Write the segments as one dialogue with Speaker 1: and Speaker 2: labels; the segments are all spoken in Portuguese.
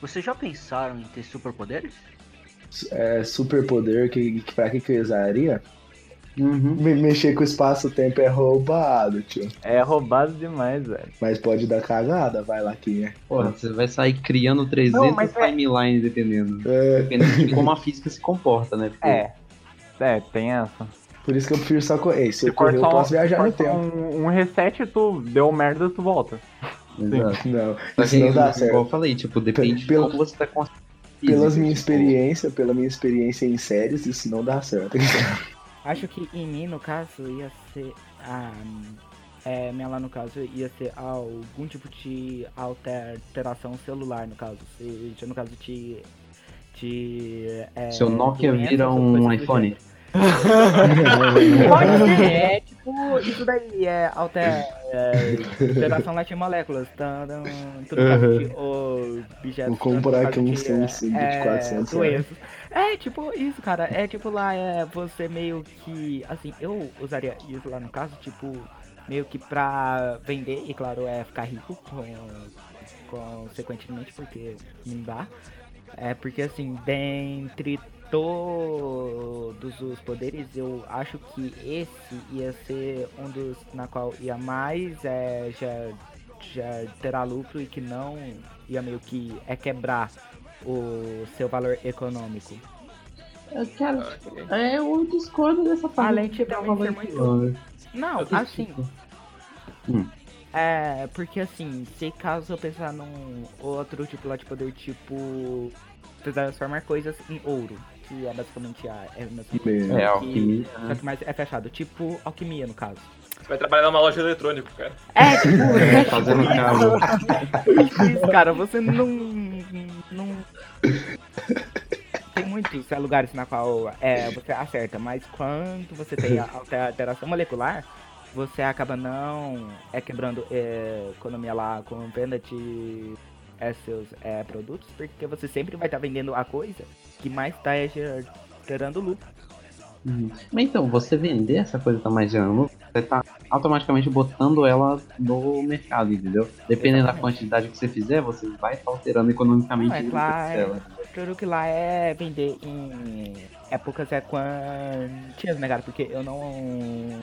Speaker 1: Vocês já pensaram em ter superpoderes?
Speaker 2: É, superpoder, que, que pra que que eu usaria?
Speaker 3: Uhum.
Speaker 2: Me- mexer com o espaço-tempo é roubado, tio.
Speaker 4: É roubado demais, velho.
Speaker 2: Mas pode dar cagada, vai lá quem é.
Speaker 3: Porra, você vai sair criando 300
Speaker 4: Não, mas é-
Speaker 3: timelines, dependendo.
Speaker 2: É,
Speaker 3: Dependendo de como a física se comporta, né? Porque
Speaker 4: É. É, tem essa.
Speaker 2: por isso que eu prefiro só correr. Se eu correr,
Speaker 4: corta
Speaker 2: eu posso viajar no
Speaker 4: corta
Speaker 2: tempo.
Speaker 4: Um, um reset, tu deu merda, tu volta.
Speaker 3: Exato.
Speaker 2: Não,
Speaker 3: Só
Speaker 2: isso
Speaker 3: que,
Speaker 2: não dá
Speaker 3: igual
Speaker 2: certo.
Speaker 3: eu falei, tipo, depende
Speaker 2: Pelo-
Speaker 3: de como você tá com a física,
Speaker 2: Pelas minha
Speaker 3: tipo,
Speaker 2: experiência, pela minha experiência em séries, isso não dá
Speaker 3: É.
Speaker 2: certo.
Speaker 5: Acho que em mim, no caso, ia ser. A, é, minha lá, no caso, ia ser algum tipo de alter- alteração celular, no caso. Seja, no caso, de. de é,
Speaker 3: Seu Nokia
Speaker 5: doença,
Speaker 3: vira
Speaker 5: essas
Speaker 3: um
Speaker 5: coisas assim. do
Speaker 3: iPhone.
Speaker 5: gênero. Pode ser, é tipo, isso daí é alter. É, alteração lá de moléculas, tá, tá, tudo
Speaker 2: Uhum.
Speaker 5: que ou
Speaker 2: Vou
Speaker 5: objetos.
Speaker 2: comprar aqui
Speaker 5: tanto
Speaker 2: um
Speaker 5: que, é,
Speaker 2: Samsung de 400
Speaker 5: é,
Speaker 2: reais.
Speaker 5: doenças. É, tipo, isso, cara. É tipo lá, é você meio que. Assim, eu usaria isso lá no caso, tipo, meio que pra vender e, claro, é ficar rico, com- consequentemente, porque não dá. É porque, assim, dentre todos os poderes, eu acho que esse ia ser um dos na qual ia mais é, já, já terá lucro e que não ia meio que é quebrar o seu valor econômico.
Speaker 6: Eu quero.
Speaker 3: Ah, tipo,
Speaker 6: É, eu discordo dessa parte.
Speaker 5: Além de
Speaker 6: dar
Speaker 5: também ser muito-
Speaker 3: Ah,
Speaker 5: Não, assim,
Speaker 3: Hum.
Speaker 5: é, porque assim, se caso eu pensar num outro tipo lá de poder, tipo, transformar coisas em ouro, que é basicamente a... É, basicamente
Speaker 2: Bem,
Speaker 3: É,
Speaker 5: que-
Speaker 3: alquimia,
Speaker 5: Só que mais é fechado, tipo alquimia no caso.
Speaker 7: Você vai trabalhar numa loja de eletrônico, cara.
Speaker 5: É, tipo, é
Speaker 3: fazendo carro.
Speaker 5: tipo isso, cara, você não... não... Tem muitos é, lugares na qual é, você acerta, mas quando você tem a alter- alteração molecular, você acaba não é quebrando é, economia lá com venda de é, seus é, produtos, porque você sempre vai estar vendendo a coisa que mais está é, ger- gerando lucro.
Speaker 3: Uhum. Mas então, você vender essa coisa que tá mais gerando lucro, você tá automaticamente botando ela no mercado, entendeu? Dependendo da
Speaker 5: Exatamente.
Speaker 3: quantidade que você fizer, você vai estar alterando economicamente
Speaker 5: Não, é
Speaker 3: o lucro
Speaker 5: claro.
Speaker 3: dela.
Speaker 5: Claro que lá é vender em épocas é quantias, né, cara? Porque eu não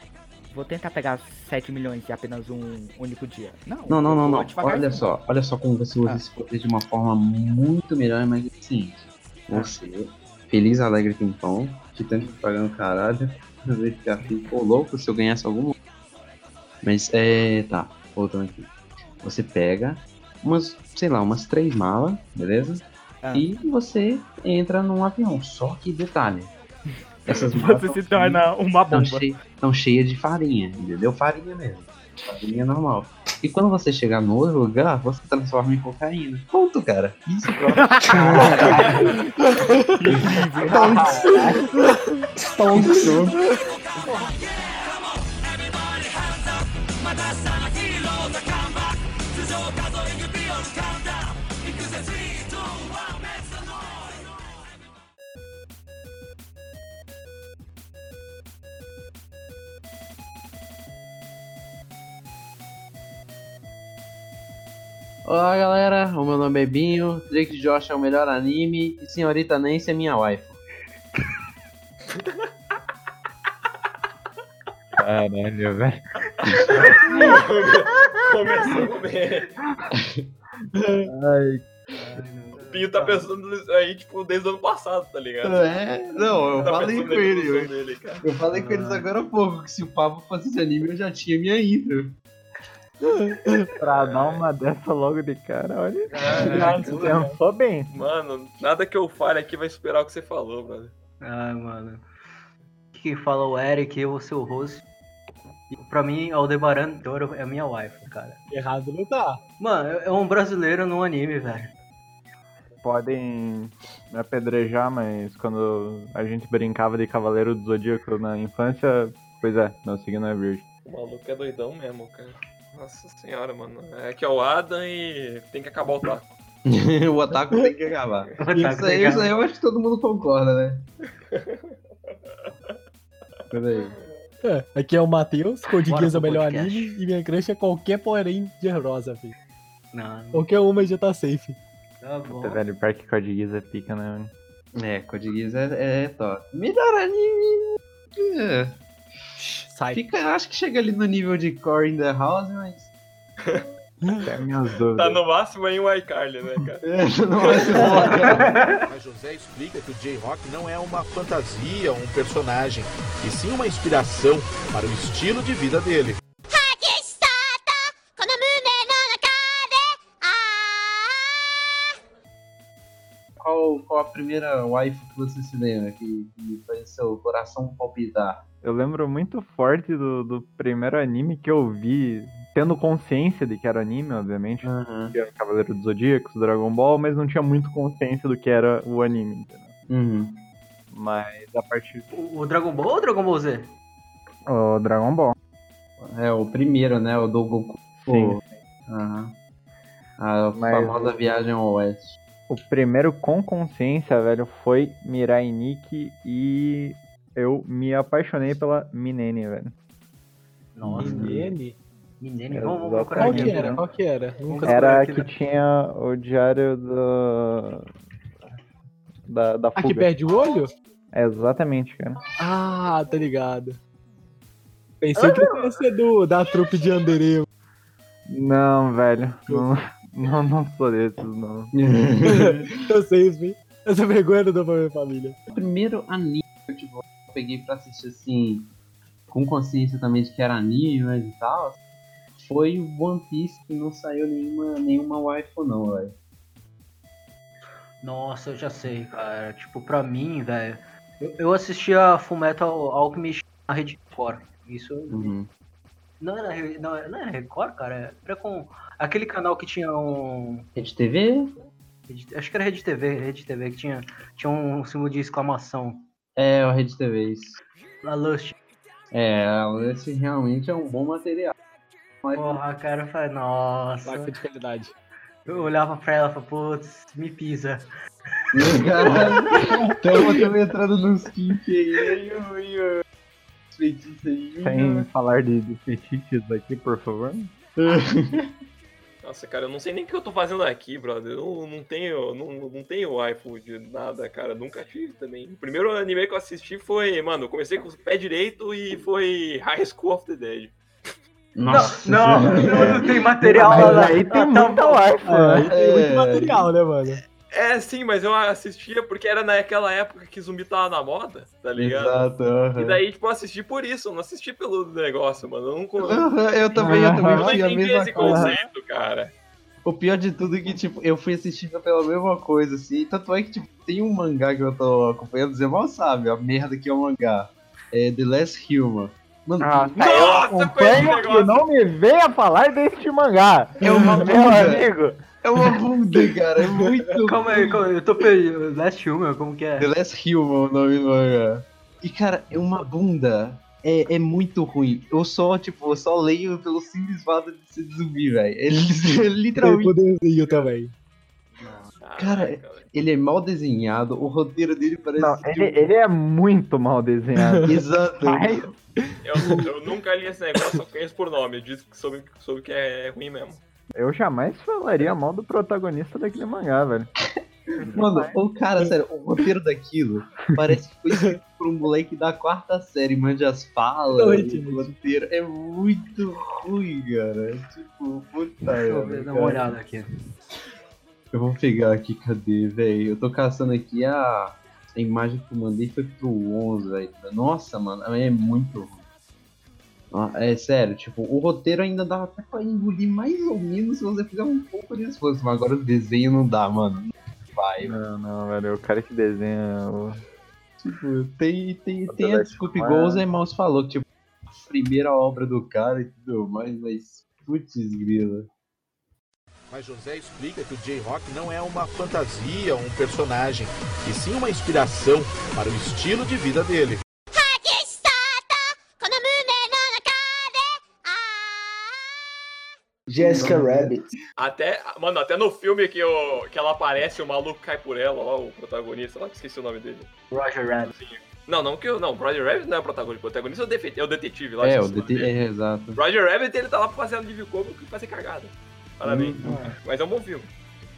Speaker 5: vou tentar pegar 7 milhões em apenas um único dia. Não,
Speaker 3: Não, não, não,
Speaker 5: eu vou
Speaker 3: não. Olha
Speaker 5: devagarzinho.
Speaker 3: só, olha só como você usa
Speaker 5: Ah.
Speaker 3: esse poder de uma forma muito melhor, mas assim,
Speaker 5: Ah.
Speaker 3: você, feliz, alegre, pimpão, titã pagando caralho, vai ficar assim, pô, louco se eu ganhasse algum. Mas é. tá, voltando aqui. Você pega umas, sei lá, umas três malas, beleza?
Speaker 5: Ah.
Speaker 3: E você entra num avião. Só que detalhe. Essas malas
Speaker 5: Você se
Speaker 3: tão cheias-
Speaker 5: torna uma
Speaker 3: tão,
Speaker 5: bomba.
Speaker 3: che tão cheias de farinha, entendeu? Farinha mesmo. Farinha normal. E quando você chegar no outro lugar, você transforma em cocaína. Ponto, cara. Isso, cara.
Speaker 2: Stonks.
Speaker 3: Olá, galera. O meu nome é Binho. Drake Josh é o melhor anime. E Senhorita Nancy é minha wife.
Speaker 4: Caralho, velho.
Speaker 7: Começou bem. O Pinho tá pensando nisso aí, tipo, desde o ano passado, tá ligado?
Speaker 3: É, não, eu
Speaker 7: Tá
Speaker 3: falei
Speaker 7: pensando
Speaker 3: com
Speaker 7: na
Speaker 3: ele.
Speaker 7: evolução
Speaker 3: Eu,
Speaker 7: dele, cara.
Speaker 3: eu falei com eles agora há pouco que se o Pablo fosse esse anime, eu já tinha minha intro.
Speaker 4: Pra dar uma dessa logo de cara, olha.
Speaker 7: Caralho,
Speaker 4: Você
Speaker 7: mano.
Speaker 4: pensou bem.
Speaker 7: Mano, nada que eu fale aqui vai superar o que você falou, brother.
Speaker 1: Ai, Ah, mano. Quem fala é o Eric, eu sou o host. E pra mim, Aldebaran Toro é minha wife, cara.
Speaker 8: Errado não tá.
Speaker 1: Mano, é é um brasileiro num anime, velho.
Speaker 4: Podem me apedrejar, mas quando a gente brincava de Cavaleiro do Zodíaco na infância, pois é, meu signo é virgem.
Speaker 7: O maluco é doidão mesmo, cara. Nossa senhora, mano. É que é o Adam e tem que acabar o taco.
Speaker 3: o ataque tem que acabar. Isso aí,
Speaker 1: Tá
Speaker 3: isso aí eu acho que todo mundo concorda, né? Peraí.
Speaker 8: É, aqui é o Matheus, Codiguinhas é
Speaker 1: Bora
Speaker 8: o
Speaker 1: pro
Speaker 8: melhor
Speaker 1: podcast.
Speaker 8: anime e minha crush é qualquer Power Ranger rosa, filho.
Speaker 1: Não,
Speaker 8: Qualquer uma já tá safe.
Speaker 1: Tá bom.
Speaker 4: Puta, velho, pior que Codiguiz é pica, né? mano?
Speaker 3: É, Code Geass é, é top. Melhor anime. É,
Speaker 8: Sai.
Speaker 3: fica, acho que chega ali no nível de Core in the House, mas.
Speaker 4: Até É, minhas dúvidas.
Speaker 7: Tá no máximo em um iCarly, né, cara?
Speaker 3: É, não é assim, ó.
Speaker 9: Mas José explica que o J-Rock não é uma fantasia, um personagem, e sim uma inspiração para o estilo de vida dele.
Speaker 10: 激しさとこの胸
Speaker 3: qual, qual a primeira waifu que você se lembra que, que faz seu coração palpitar?
Speaker 4: Eu lembro muito forte do, do primeiro anime que eu vi, tendo consciência de que era anime, obviamente. Que era Cavaleiro dos Zodíacos, Dragon Ball, mas não tinha muito consciência do que era o anime, entendeu?
Speaker 3: Uhum.
Speaker 4: Mas a partir
Speaker 1: O, o Dragon Ball ou o Dragon Ball Z?
Speaker 4: do Dragon Ball.
Speaker 3: É, o primeiro, né? O do Goku.
Speaker 4: Sim.
Speaker 3: Aham. A
Speaker 4: Mas-
Speaker 3: famosa viagem ao oeste.
Speaker 4: O primeiro com consciência, velho, foi Mirai Nikki e eu me apaixonei pela Minene, velho.
Speaker 1: Nossa.
Speaker 8: N.
Speaker 1: Menino,
Speaker 4: Era
Speaker 1: vamos, vamos
Speaker 4: do
Speaker 1: procurar
Speaker 8: Qual
Speaker 1: aqui.
Speaker 8: que
Speaker 4: Dragon
Speaker 8: era? Qual que era? Nunca
Speaker 4: Era a
Speaker 1: Aqui,
Speaker 4: que
Speaker 1: né?
Speaker 4: tinha o diário da. Da, da
Speaker 8: A que
Speaker 4: fuga.
Speaker 8: perde o olho?
Speaker 4: É, exatamente, cara.
Speaker 8: Ah, tá ligado. Pensei que ia ser do, da trupe de Andereu.
Speaker 4: Não, velho. Não, não, não sou desses, não.
Speaker 8: Eu sei, sim. Essa vergonha eu não dou pra minha família.
Speaker 3: O primeiro anime que eu, tipo, peguei pra assistir assim, com consciência também de que era anime mas e tal, foi o One Piece que não saiu nenhuma, nenhuma waifu, não, velho.
Speaker 1: Nossa, eu já sei, cara. Tipo, pra mim, velho. Eu, eu assistia Fullmetal Alchemist na Rede Record. Isso não era, Re- não, era- não era Record, cara. Era com aquele canal que tinha um.
Speaker 3: Rede TV?
Speaker 1: Rede- Acho que era Rede TV, Rede TV, que tinha, tinha um símbolo de exclamação.
Speaker 3: É, o Rede TV, isso.
Speaker 1: Na Lust.
Speaker 3: É, esse realmente é um bom material. Mas
Speaker 1: Porra, cara, eu falei,
Speaker 8: Vai
Speaker 1: nossa.
Speaker 8: de qualidade.
Speaker 1: Eu olhava pra ela e falava, putz, me pisa.
Speaker 3: Caralho, tamo, tamo entrando nos kink aí, eu e o feitiço
Speaker 4: Sem
Speaker 3: aí.
Speaker 4: falar de, de fetiches aqui, por favor.
Speaker 7: Nossa, cara, eu não sei nem o que eu tô fazendo aqui, brother. Eu não tenho, não, não tenho iFood, nada, cara. Nunca tive também. O primeiro anime que eu assisti foi, mano, eu comecei com o pé direito e foi High School of the Dead.
Speaker 3: Nossa,
Speaker 1: não, não,
Speaker 3: senhora.
Speaker 1: não tem material lá.
Speaker 4: Mas
Speaker 1: lá.
Speaker 4: aí tem
Speaker 1: Ah, tá
Speaker 4: muita
Speaker 1: bom.
Speaker 4: wife,
Speaker 8: Aí tem
Speaker 3: É.
Speaker 8: muito material, né, mano?
Speaker 7: É, sim, mas eu assistia porque era naquela época que zumbi tava na moda, tá ligado?
Speaker 3: Exato, aham.
Speaker 7: E daí, tipo, eu assisti por isso, eu não assisti pelo negócio, mano. Eu não, eu
Speaker 3: Aham, Eu também, eu
Speaker 7: não
Speaker 3: também tinha a
Speaker 7: entendi
Speaker 3: mesma
Speaker 7: esse
Speaker 3: coisa.
Speaker 7: conceito, cara.
Speaker 3: O pior de tudo é que, tipo, eu fui assistindo pela mesma coisa, assim. Tanto é que, tipo, tem um mangá que eu tô acompanhando, você mal sabe a merda que é o mangá. É The Last Human. Mano,
Speaker 4: Ah,
Speaker 7: Nossa, foi esse
Speaker 4: Acompanha que
Speaker 7: negócio.
Speaker 4: não me venha falar deste mangá.
Speaker 3: é uma
Speaker 4: Meu
Speaker 3: bunda,
Speaker 4: amigo.
Speaker 3: é uma bunda, cara, é muito
Speaker 1: Calma aí, calma aí, eu tô perdido. Last Human, como que é?
Speaker 3: The Last Human, o nome do mangá. E, cara, é uma bunda. É, é muito ruim. Eu só, tipo, eu só leio pelo simples fato de ser zumbi, velho. Ele, ele
Speaker 8: Tem
Speaker 3: literalmente.
Speaker 8: poderzinho também.
Speaker 7: Ah,
Speaker 3: Cara, Ele é mal desenhado, o roteiro dele parece.
Speaker 4: Não,
Speaker 3: de
Speaker 4: ele, ele é muito mal desenhado.
Speaker 3: um- Exato.
Speaker 4: Ai,
Speaker 7: Eu, eu nunca li esse negócio, só conheço por nome. Eu disse que soube, soube que é ruim mesmo.
Speaker 4: Eu jamais falaria mal do protagonista daquele mangá, velho.
Speaker 3: Mano, o cara, sério, o roteiro daquilo parece que foi escrito por um moleque da quarta série, mande as falas,
Speaker 8: Oi,
Speaker 3: o
Speaker 4: tipo
Speaker 8: gente.
Speaker 3: roteiro. É muito ruim, cara. Tipo, puta.
Speaker 1: Deixa eu ver,
Speaker 3: merda,
Speaker 1: dar uma
Speaker 3: cara.
Speaker 1: olhada aqui.
Speaker 3: Eu vou pegar aqui, cadê, velho? Eu tô caçando aqui a... a imagem que eu mandei foi pro 11, velho. Nossa, mano, é muito ruim. Ah, É sério, tipo, o roteiro ainda dava até pra engolir mais ou menos se você fizer um pouco de esforço, mas agora o desenho não dá, mano. Vai,
Speaker 4: Não, não, velho. O cara que desenha. o-
Speaker 3: tipo, tem, tem,
Speaker 4: O
Speaker 3: tem
Speaker 4: The
Speaker 3: a
Speaker 4: Last
Speaker 3: desculpa
Speaker 4: Man.
Speaker 3: igual o Zé Maus falou, que, tipo, a primeira obra do cara e tudo mais, mas putz grila.
Speaker 9: Mas José explica que o J-Rock não é uma fantasia, um personagem, e sim uma inspiração para o estilo de vida dele.
Speaker 10: の中で激しさとこの胸の中でああ
Speaker 2: Jessica Rabbit.
Speaker 7: Até, mano, até no filme que, o, que ela aparece, o maluco cai por ela, ó, o protagonista, lá, esqueci o nome dele.
Speaker 1: Roger Rabbit.
Speaker 7: Não, não que eu, não, o Roger Rabbit não é o protagonista, o protagonista é o, defe- é o detetive lá.
Speaker 3: É, o
Speaker 7: esqueci nome
Speaker 3: DT,
Speaker 7: dele.
Speaker 3: é, exato. Hum,
Speaker 7: Roger Rabbit, ele tá lá fazendo de Vicobo que fazer cagada. Parabéns. Mas é um bom filme.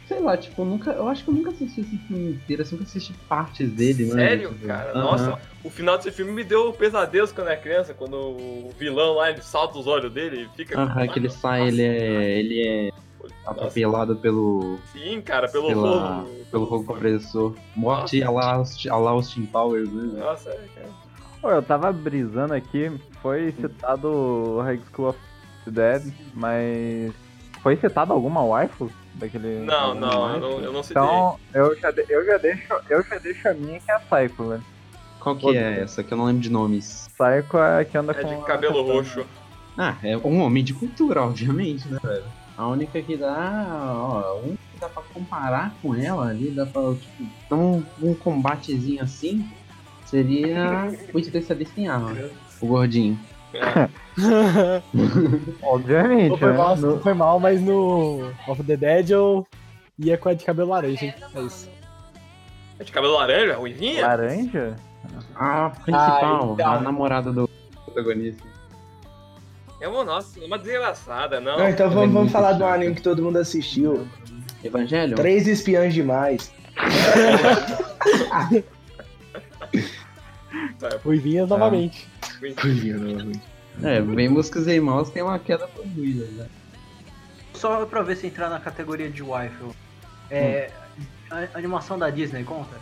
Speaker 3: Sei lá, tipo, eu nunca. Eu acho que eu nunca assisti esse filme inteiro, eu nunca assisti partes dele, mano.
Speaker 7: Sério,
Speaker 3: Tipo,
Speaker 7: cara?
Speaker 3: aham.
Speaker 7: Nossa, o final desse filme me deu pesadelos quando era criança, quando o vilão lá ele salta os olhos dele e fica. tipo, "Ah,
Speaker 3: Aham, que ele sai, ele é. ele é atropelado pelo.
Speaker 7: Sim, cara, pelo
Speaker 3: pela-
Speaker 7: fogo.
Speaker 3: pelo fogo compressor. Morte a lá, os- a lá Austin Powers, né?
Speaker 7: Nossa, é, cara.
Speaker 4: Pô, eu tava brisando aqui, foi citado High School of the Dead, mas foi citado alguma waifu daquele...
Speaker 7: Não,
Speaker 4: alguma
Speaker 7: não, eu
Speaker 4: waifu?
Speaker 7: não, eu não citei.
Speaker 4: Então, eu já, de- eu, já deixo, eu já deixo a minha que é a Psycho, velho.
Speaker 3: Qual que
Speaker 4: Pô,
Speaker 3: é essa? Que eu não lembro de nomes.
Speaker 4: Psycho é a que anda
Speaker 7: é
Speaker 4: com...
Speaker 7: de cabelo roxo.
Speaker 3: Ah, é um homem de cultura, obviamente, né, velho? A única que dá. Ó, a única que dá pra comparar com ela ali, dá pra, tipo, dar um, um combatezinho assim, seria o especialista em arma. ah, O gordinho.
Speaker 7: É,
Speaker 4: Obviamente,
Speaker 8: foi,
Speaker 4: né?
Speaker 8: mal,
Speaker 4: No-
Speaker 8: foi mal, mas no Of the Dead eu ia com a de cabelo laranja, hein? É isso.
Speaker 7: É de cabelo laranja, ruivinha?
Speaker 4: Laranja?
Speaker 3: A principal,
Speaker 8: Ah, então.
Speaker 3: a namorada do protagonista.
Speaker 7: É uma nossa, é uma desgraçada, não.
Speaker 3: É.
Speaker 2: Não, então vamos, vamos
Speaker 3: muito
Speaker 2: falar de um
Speaker 3: chato.
Speaker 2: anime que todo mundo assistiu.
Speaker 3: Evangelho?
Speaker 2: Três espiãs demais.
Speaker 8: Ruivinhas novamente.
Speaker 2: Coisinha nova.
Speaker 3: É, bem músicas e maus tem uma queda por ruído, né?
Speaker 1: Só pra ver se entrar na categoria de waifu. É. A animação da Disney conta?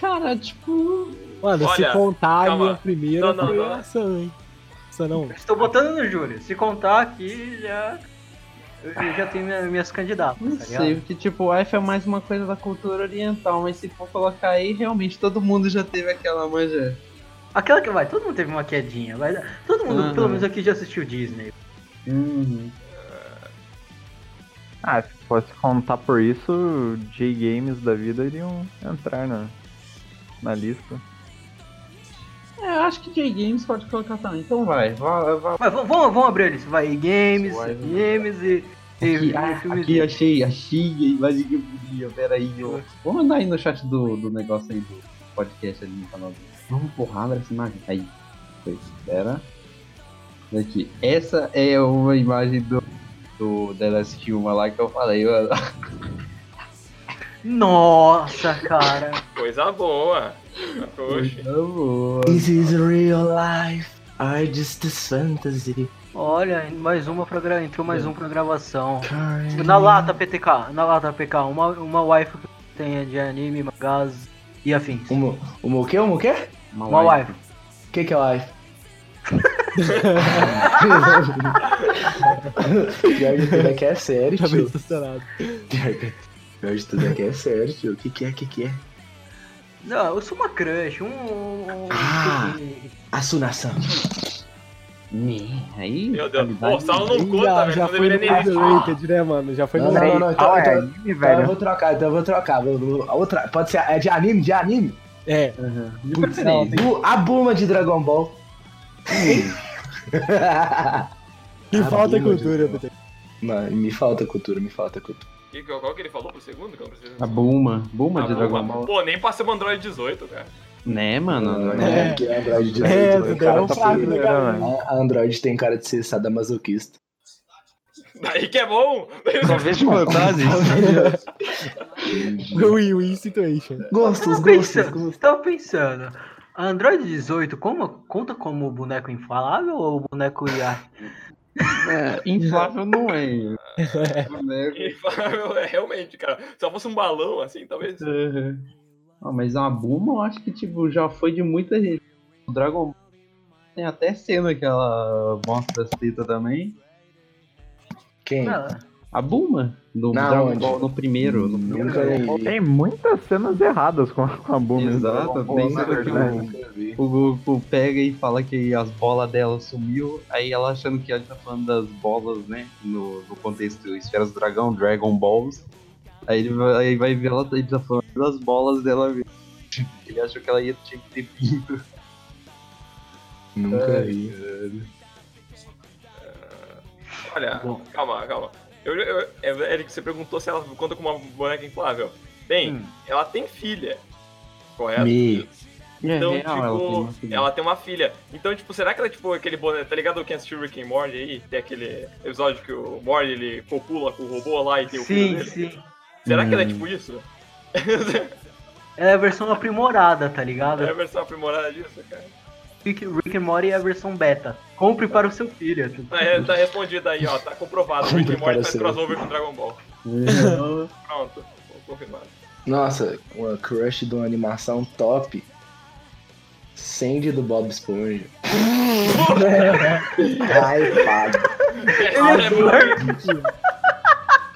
Speaker 3: Cara, tipo.
Speaker 8: Mano,
Speaker 7: Olha,
Speaker 8: se contar a
Speaker 7: calma.
Speaker 8: minha primeira
Speaker 7: Não, não,
Speaker 8: foi
Speaker 7: não.
Speaker 8: essa, hein? Essa não.
Speaker 1: Estou botando no júri. Se contar aqui, já. Eu, eu já tenho minha- minhas candidatas.
Speaker 3: Não
Speaker 1: tá
Speaker 3: sei,
Speaker 1: ligado?
Speaker 3: porque tipo, o F é mais uma coisa da cultura oriental, mas se for colocar aí, realmente todo mundo já teve aquela manja.
Speaker 1: Aquela que vai, todo mundo teve uma quedinha. Vai, todo mundo,
Speaker 3: Aham.
Speaker 1: pelo menos aqui, já assistiu Disney.
Speaker 3: Uhum.
Speaker 4: Ah, se fosse contar por isso, J-Games da vida iriam entrar na, na lista.
Speaker 3: É, eu acho que J-Games pode colocar também. Então vai, vai, vai.
Speaker 1: Mas vamos, vamos, vamos abrir isso. Vai games,
Speaker 3: Vai, vai.
Speaker 1: games e. e-
Speaker 3: Aqui,
Speaker 1: e
Speaker 3: ah,
Speaker 1: filmes
Speaker 3: aqui achei, achei, mas que bonito, peraí. Ó. Vou mandar aí no chat do, do negócio aí do podcast ali no canal. do- Vamos porra, abre essa imagem. Aí. Foi, espera. Aqui. Essa é uma imagem do, do The Last Human lá que eu falei, mano.
Speaker 1: Nossa, cara.
Speaker 7: Coisa boa. Oxe.
Speaker 2: This is real life. I just fantasy.
Speaker 1: Olha, mais uma pra gra... entrou
Speaker 3: É.
Speaker 1: mais um pra gravação. Na lata, PTK, na lata, PK, uma, uma waifu que tenha de anime, mangás e afins.
Speaker 2: Uma, uma o quê? Uma o quê?
Speaker 1: Uma waifu.
Speaker 2: O que, que é life? Pior de tudo é que é sério,
Speaker 8: Tá bem
Speaker 2: tio.
Speaker 8: estacionado.
Speaker 2: Pior de tudo é que é sério, tio. O que, que é? O que, que é?
Speaker 1: Não, eu sou uma crush, um. um-
Speaker 2: Ah. Assunação.
Speaker 3: Né, Aí.
Speaker 7: Meu Deus. um Pô, o
Speaker 3: qualidade-
Speaker 7: Saulo não
Speaker 8: Ih, ó,
Speaker 7: conta, velho.
Speaker 8: Ah, já
Speaker 7: Não
Speaker 8: foi
Speaker 7: deveria
Speaker 8: no
Speaker 7: nem existir.
Speaker 8: Underrated, né, mano? Já foi
Speaker 2: Não,
Speaker 8: no
Speaker 2: não,
Speaker 8: Underrated.
Speaker 2: não, não. Então,
Speaker 4: é
Speaker 2: então,
Speaker 4: anime,
Speaker 2: então eu
Speaker 4: velho.
Speaker 2: vou trocar, então eu vou trocar. Vou- vou- a outra, pode ser. É de anime? De anime?
Speaker 8: É,
Speaker 3: De preferência.
Speaker 2: Bu- a Buma de Dragon Ball.
Speaker 8: que
Speaker 2: Ah,
Speaker 8: falta
Speaker 2: Buma
Speaker 8: é
Speaker 2: de
Speaker 8: cultura,
Speaker 2: Deus.
Speaker 8: PT.
Speaker 2: Mano, me falta cultura, me falta cultura.
Speaker 7: Que- Qual qual que ele falou por segundo? Que eu não preciso...
Speaker 3: A Bulma. Bulma
Speaker 7: Ah,
Speaker 3: de
Speaker 7: bom,
Speaker 3: Dragon
Speaker 7: mano.
Speaker 3: Ball.
Speaker 7: Pô, nem passei o Android 18, cara.
Speaker 3: Né, mano?
Speaker 8: É.
Speaker 2: que é Android de
Speaker 8: É,
Speaker 2: mano, o
Speaker 8: é um
Speaker 2: cara tá
Speaker 8: fraco,
Speaker 2: pulando.
Speaker 8: né,
Speaker 4: cara?
Speaker 2: A a Android tem cara de ser sadomasoquista.
Speaker 7: Daí que é bom.
Speaker 3: Vejo fantasias.
Speaker 8: Win-win situation.
Speaker 2: Gostos,
Speaker 1: Tava
Speaker 2: gostos,
Speaker 1: pensando,
Speaker 2: gostos.
Speaker 1: tava pensando. Android 18 como, conta como boneco infalável ou boneco IA?
Speaker 3: É, inflável não é. Boneco.
Speaker 7: E fala, é, realmente, cara. Se eu fosse um balão, assim, talvez.
Speaker 3: Uhum. Ah, mas a Bulma eu acho que tipo, já foi de muita gente. O Dragon Ball tem até cena que ela mostra as tetas também.
Speaker 2: Quem?
Speaker 1: Ah,
Speaker 3: A Bulma, do
Speaker 2: Na
Speaker 3: Dragon
Speaker 2: onde?
Speaker 3: Ball no primeiro. No primeiro
Speaker 2: Nunca
Speaker 3: Dragon
Speaker 2: nem
Speaker 3: Ball.
Speaker 2: vi.
Speaker 4: Tem muitas cenas erradas com a, com a Bulma.
Speaker 3: Exato, tem
Speaker 2: na
Speaker 3: cena que
Speaker 2: verdade,
Speaker 3: o-
Speaker 2: nunca vi.
Speaker 3: o Goku pega e fala que as bolas dela sumiu, aí ela achando que a gente tá falando das bolas, né? No, no contexto Esferas do Dragão, Dragon Balls. Aí ele vai, aí vai ver ela ele tá falando das bolas dela mesmo. Ele achou que ela ia tinha que ter pinto.
Speaker 8: É.
Speaker 2: Nunca vi.
Speaker 7: Olha,
Speaker 1: Bom.
Speaker 7: calma, calma. Eu, eu, é, Eric, você perguntou se ela conta com uma boneca inflável. Tem,
Speaker 1: Hum.
Speaker 7: ela tem filha. Correto?
Speaker 2: Me.
Speaker 7: Então,
Speaker 3: ela
Speaker 7: tipo, ela tem uma filha. Então, tipo, será que ela é tipo aquele boneco, tá ligado? Quem assistiu Rick and Morty aí? Tem aquele episódio que o Morty ele copula com o robô lá e tem o filho
Speaker 1: sim, Hum.
Speaker 7: dele.
Speaker 1: sim.
Speaker 7: Será que ela é tipo isso?
Speaker 1: Ela é a versão aprimorada, tá ligado?
Speaker 7: É a versão aprimorada disso, cara.
Speaker 1: Rick, Rick and Morty é a versão beta. Compre para o seu filho.
Speaker 7: Tá, é- tá respondido aí, ó. Tá comprovado. Rick and Morty faz crossover com Dragon Ball. Pronto. Confirmado.
Speaker 2: Nossa, uma crush de uma animação top. Sandy do Bob Esponja. Ai, pago.
Speaker 7: Essa é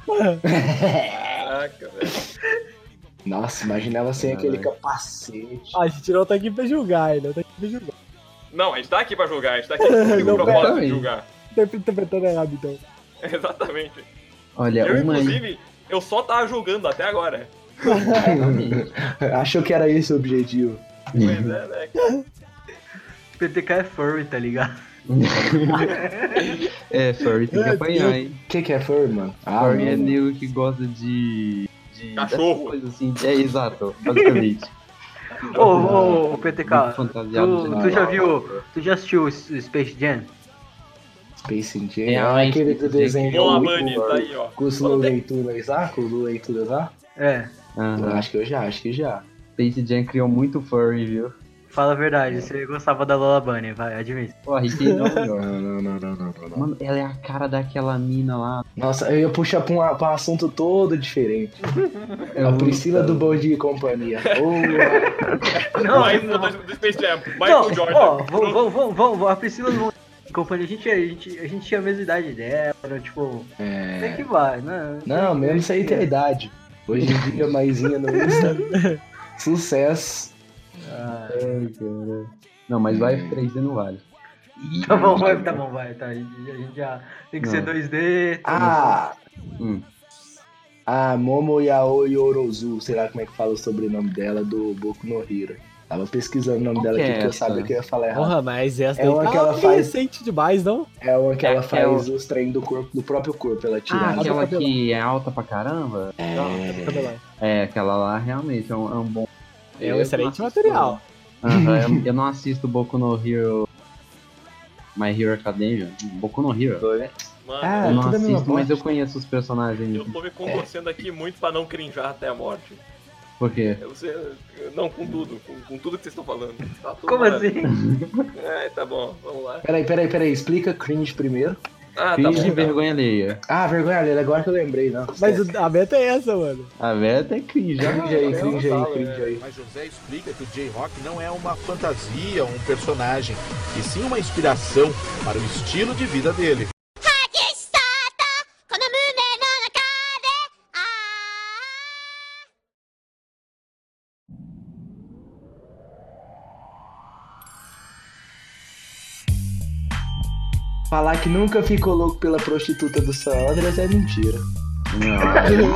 Speaker 7: boa. Caraca, velho.
Speaker 2: Nossa, imagina ela sem aquele
Speaker 3: Caralho.
Speaker 2: capacete.
Speaker 8: Ah, a gente não tá aqui pra julgar, ele não tá aqui pra julgar.
Speaker 7: Não, a gente tá aqui pra julgar. A gente tá aqui com o propósito de
Speaker 3: exatamente.
Speaker 7: julgar.
Speaker 8: Tá interpretando errado, então.
Speaker 7: Exatamente.
Speaker 3: Olha,
Speaker 7: eu,
Speaker 3: uma.
Speaker 7: inclusive, eu só tava julgando até agora.
Speaker 2: Achou que era esse o objetivo.
Speaker 7: Pois é, né? cara?
Speaker 1: PTK é furry, tá ligado?
Speaker 3: É, furry tem que apanhar, hein?
Speaker 2: O que, que é furry, mano? Ah,
Speaker 3: Furry é
Speaker 2: mano.
Speaker 3: nego que gosta de. de dessas
Speaker 7: Cachorro.
Speaker 3: coisas assim. É, exato, basicamente.
Speaker 1: Ô, ô, ô, PTK,
Speaker 3: Muito fantasiado de
Speaker 1: tu, tu
Speaker 3: animal.
Speaker 1: já viu, tu já assistiu o Space Jam?
Speaker 2: Space
Speaker 3: É,
Speaker 2: Jam. Ah, aquele do
Speaker 3: Space
Speaker 2: desenho.
Speaker 3: Jam.
Speaker 7: Bola
Speaker 2: muito
Speaker 7: Bunny,
Speaker 2: bom.
Speaker 7: tá aí, ó.
Speaker 2: Com os
Speaker 7: Quando é-
Speaker 2: leituras lá? Com os leituras lá?
Speaker 1: É,
Speaker 2: Eu
Speaker 3: Aham.
Speaker 2: Acho que eu já, acho que já.
Speaker 3: Space Jam criou muito furry, viu?
Speaker 1: fala a verdade, você gostava da Lola Bunny, vai, admite.
Speaker 3: Pô, a Rick não melhor.
Speaker 2: Não, não, não, não, não, não, não.
Speaker 3: Mano, ela é a cara daquela mina lá.
Speaker 7: Tá
Speaker 2: Nossa, eu ia puxar pra um, pra um assunto todo diferente. A Priscila do É Bom Dia e Companhia. Ô,
Speaker 7: Não, aí do, do Space Jam.
Speaker 1: Não,
Speaker 7: Michael Jordan.
Speaker 1: ó, vamos, vamos, vamos, vamos, a Priscila não... Companhia, a gente, a, gente, a gente tinha a mesma idade dela, era, tipo, até
Speaker 2: é...
Speaker 1: que vai, né?
Speaker 2: Não, mesmo sem ter idade. Hoje em dia, maisinha no Insta. Sucesso.
Speaker 1: Ah,
Speaker 3: Não, mas
Speaker 7: Uhum.
Speaker 3: vai 3D não vale.
Speaker 1: Tá bom, vai, tá bom, vai, tá, a gente a gente já tem que ser
Speaker 3: Não.
Speaker 1: 2D,
Speaker 2: Ah!
Speaker 3: Hum.
Speaker 2: A Momo Yaoi Orozu, sei lá como é que fala o sobrenome dela, do Boku no Hero. Tava pesquisando o nome
Speaker 3: Qual
Speaker 2: dela
Speaker 3: que
Speaker 2: aqui,
Speaker 3: é
Speaker 2: porque eu
Speaker 3: essa?
Speaker 2: sabia que eu ia falar errado.
Speaker 8: Porra, mas essa
Speaker 2: É
Speaker 8: daí
Speaker 2: uma
Speaker 8: tá
Speaker 2: que ela faz-
Speaker 8: recente demais, não?
Speaker 2: É uma que ela
Speaker 3: É aquela-
Speaker 2: faz os treinos do corpo, do próprio corpo, ela tira.
Speaker 3: Ah,
Speaker 2: ela-
Speaker 3: aquela que é alta pra caramba?
Speaker 8: Cadê lá?
Speaker 3: É, aquela lá realmente é um, é um bom.
Speaker 8: É
Speaker 3: Eu
Speaker 8: um
Speaker 3: não
Speaker 8: excelente
Speaker 3: assisto,
Speaker 8: material.
Speaker 3: não. Aham, eu, eu não assisto Boku no Hero. My Hero Academia. Boku no Hero.
Speaker 7: Mano,
Speaker 2: Ah,
Speaker 3: eu não
Speaker 2: tudo a mesma
Speaker 3: assisto, mas
Speaker 2: bosta.
Speaker 3: eu conheço os personagens.
Speaker 7: eu tô me contorcendo aqui muito pra não crinjar até a morte.
Speaker 3: Por quê?
Speaker 7: Eu sei, eu- não, com tudo. Com, com tudo que vocês estão falando. Tá tudo
Speaker 1: como
Speaker 7: maravilhoso.
Speaker 1: assim?
Speaker 7: É, tá bom, vamos lá.
Speaker 2: Peraí, peraí, peraí, explica cringe primeiro.
Speaker 7: Ah, tá
Speaker 3: Fiz
Speaker 7: bom.
Speaker 3: de
Speaker 7: tá.
Speaker 3: vergonha alheia.
Speaker 2: Ah, vergonha dele, agora que eu lembrei, não.
Speaker 8: Mas o- a meta é essa, mano.
Speaker 3: A velha é até cringe.
Speaker 2: Já
Speaker 3: ó.
Speaker 2: cringe aí, cringe aí,
Speaker 3: é,
Speaker 2: cringe aí.
Speaker 9: Mas José explica que o J-Rock não é uma fantasia, um personagem, e sim uma inspiração para o estilo de vida dele.
Speaker 10: 激しさとこの胸の中であ
Speaker 8: Ah.
Speaker 10: あ
Speaker 2: Falar que nunca ficou louco pela prostituta do San Andreas é mentira.
Speaker 3: Não,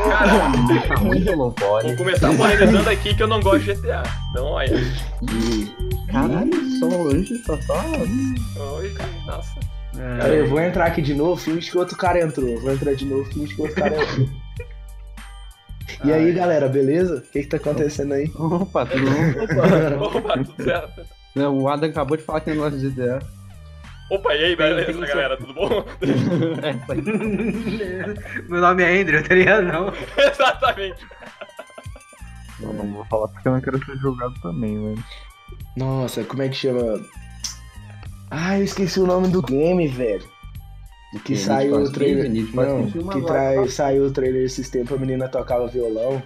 Speaker 3: tá muito low
Speaker 7: Vou
Speaker 3: body.
Speaker 7: começar moralizando aqui que eu não gosto de GTA. Então, olha.
Speaker 3: Caralho, só hoje tá só.
Speaker 7: Hoje, nossa.
Speaker 2: Cara, eu vou entrar aqui de novo, finge que outro cara entrou. Eu Vou entrar de novo, finge que outro cara entrou. E aí, galera, beleza? O que que tá acontecendo aí?
Speaker 3: Opa, tudo bom?
Speaker 7: Opa, tudo certo.
Speaker 3: Não, O Adam acabou de falar que é nosso GTA.
Speaker 7: Opa, e
Speaker 1: Tem-
Speaker 7: aí,
Speaker 1: tem
Speaker 7: beleza,
Speaker 1: isso.
Speaker 7: galera? Tudo bom?
Speaker 1: Meu nome é Andrew, tá ligado? Não.
Speaker 7: Exatamente.
Speaker 4: Eu não vou falar porque eu não quero ser julgado também, mano.
Speaker 2: Nossa, como é que chama? Ah, eu esqueci o nome do game, velho. Que saiu o trailer. Não, que trai- saiu o trailer esses tempos, a menina tocava violão.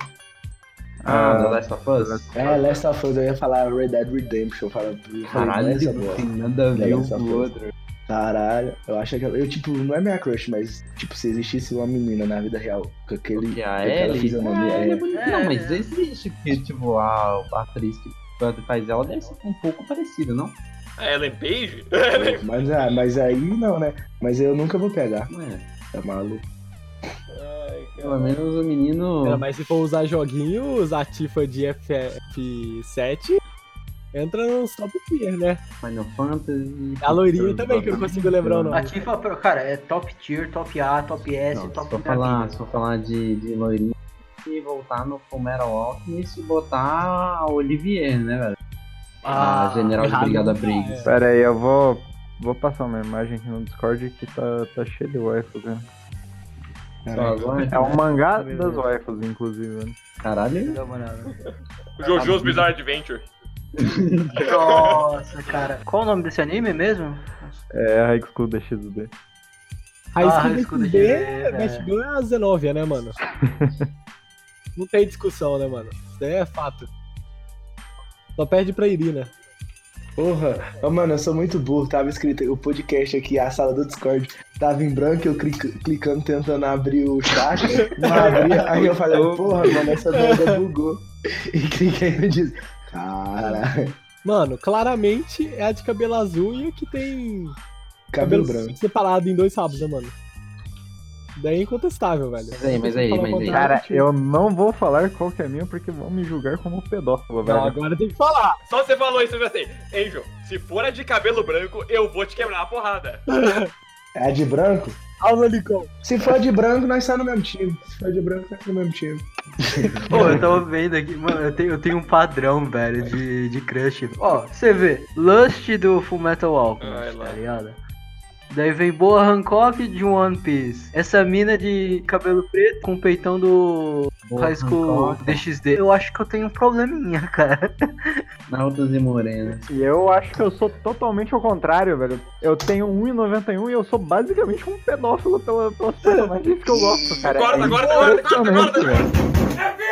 Speaker 3: Ah, The Last of Us?
Speaker 2: É, Last of Us, eu ia falar Red Dead Redemption. eu falava- eu falei,
Speaker 3: Caralho,
Speaker 2: "Nossa,
Speaker 3: não
Speaker 2: bosta."
Speaker 3: tem nada a ver
Speaker 2: The
Speaker 3: um
Speaker 2: Last
Speaker 3: com
Speaker 2: of
Speaker 3: o
Speaker 2: Us.
Speaker 3: outro.
Speaker 2: Caralho, eu acho que ela- eu, tipo, não é minha crush, mas, tipo, se existisse uma menina na vida real com aquele.
Speaker 3: Porque a
Speaker 2: com aquela
Speaker 3: Ellie.
Speaker 2: fisionomia,
Speaker 3: Ah,
Speaker 2: é.
Speaker 3: ela é bonita. Não,
Speaker 1: É.
Speaker 3: mas existe, porque, tipo, a a atriz que faz ela deve ser um pouco parecida, não?
Speaker 7: A Ah, Ellen Page?
Speaker 2: Mas, ah, mas aí não, né? Mas eu nunca vou pegar,
Speaker 3: Não é.
Speaker 2: tá maluco?
Speaker 7: Ai,
Speaker 3: Pelo
Speaker 7: cara.
Speaker 3: menos o menino.
Speaker 8: Cara, mas se for usar joguinho, usar Tifa de FF7, entra nos top tier, né?
Speaker 3: Final Fantasy.
Speaker 8: A loirinha também, que eu não consigo lembrar o nome.
Speaker 1: A Tifa, pro- cara, é top tier, top A, top S,
Speaker 3: Não, se
Speaker 1: top
Speaker 3: for
Speaker 1: da
Speaker 3: falar,
Speaker 1: vida.
Speaker 3: se for falar de, de loirinha e voltar no Fumero Alchemist e botar a Olivier, né, velho?
Speaker 1: Ah,
Speaker 3: a General de
Speaker 8: errado
Speaker 3: Brigada
Speaker 8: não
Speaker 3: Briggs.
Speaker 4: Pera aí, eu vou. Vou passar uma imagem aqui no Discord que tá, tá cheio de wifi, cara. né? É um mangá das waifus, inclusive. né?
Speaker 1: Ah,
Speaker 3: Caralho.
Speaker 7: O Jojo's Bizarre Adventure.
Speaker 1: Nossa, cara. Qual o nome desse anime mesmo?
Speaker 4: É a High School DxD.
Speaker 8: High
Speaker 1: Ah,
Speaker 8: School
Speaker 1: High School
Speaker 8: DxD,
Speaker 1: DxD, velho.
Speaker 8: vestibul é a Zenóvia, né, mano? Não tem discussão, né, mano? Isso daí é fato. Só perde pra né? Irina.
Speaker 2: Porra, Ô, mano, eu sou muito burro. Tava escrito o podcast aqui, a sala do Discord. Tava em branco, eu clic- clicando, tentando abrir o chat. Não abria. Aí eu falei, porra, mano, essa droga bugou. E cliquei e disse, cara,
Speaker 8: Mano, claramente é a de cabelo azul e a que tem
Speaker 2: cabelo branco.
Speaker 8: separado em dois rabos, né, mano? Isso Daí é incontestável, velho.
Speaker 3: Mas aí, mas aí,
Speaker 8: Fala
Speaker 3: mas
Speaker 8: ao
Speaker 3: aí.
Speaker 8: contrário,
Speaker 4: Cara,
Speaker 8: tio.
Speaker 4: eu não vou falar qual que é a minha porque vão me julgar como pedófilo,
Speaker 8: Não,
Speaker 4: velho.
Speaker 8: agora tem que falar.
Speaker 7: Só você falou isso, eu já sei. Angel, se for a de cabelo branco, eu vou te quebrar a porrada.
Speaker 2: É de branco?
Speaker 8: Alma Nicol.
Speaker 2: Se for de branco, nós tá no mesmo time. Se for de branco, nós tá no mesmo time.
Speaker 1: Pô, eu tava vendo aqui, mano, eu tenho, eu tenho um padrão, velho, de, de crush. Ó, você vê, Lust do Fullmetal
Speaker 7: Ai,
Speaker 1: Alchemist,
Speaker 7: lá.
Speaker 1: tá ligado? Daí vem Boa Hancock de One Piece. Essa mina de cabelo preto com o peitão do High School DxD. Eu acho que eu tenho um probleminha, cara.
Speaker 3: Nautas e morenas.
Speaker 4: E eu acho que eu sou totalmente ao contrário, velho. Eu tenho 1,91 e eu sou basicamente um pedófilo pela, pelas personagens que eu gosto, cara.
Speaker 7: Corta,
Speaker 4: É
Speaker 7: corta, corta, corta,
Speaker 4: impressionante,
Speaker 7: corta,
Speaker 4: velho.
Speaker 7: É